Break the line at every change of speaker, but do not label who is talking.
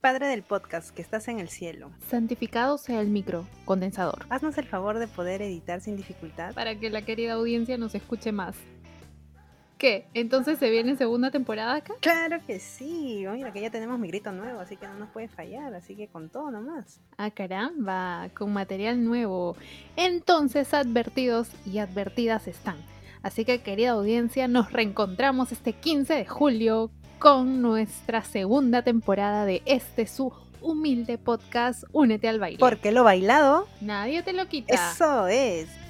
Padre del podcast que estás en el cielo,
Santificado sea el micro condensador.
haznos el favor de poder editar sin dificultad.
Para que la querida audiencia nos escuche más. ¿Qué? ¿Entonces se viene segunda temporada acá?
Claro que sí, mira que ya tenemos mi grito nuevo, así que no nos puede fallar, así que con todo nomás.
Ah, caramba, con material nuevo. Entonces, advertidos y advertidas están. Así que, querida audiencia, nos reencontramos este 15 de julio con nuestra segunda temporada de este su humilde podcast Únete al baile.
Porque lo bailado,
nadie te lo quita.
eso es.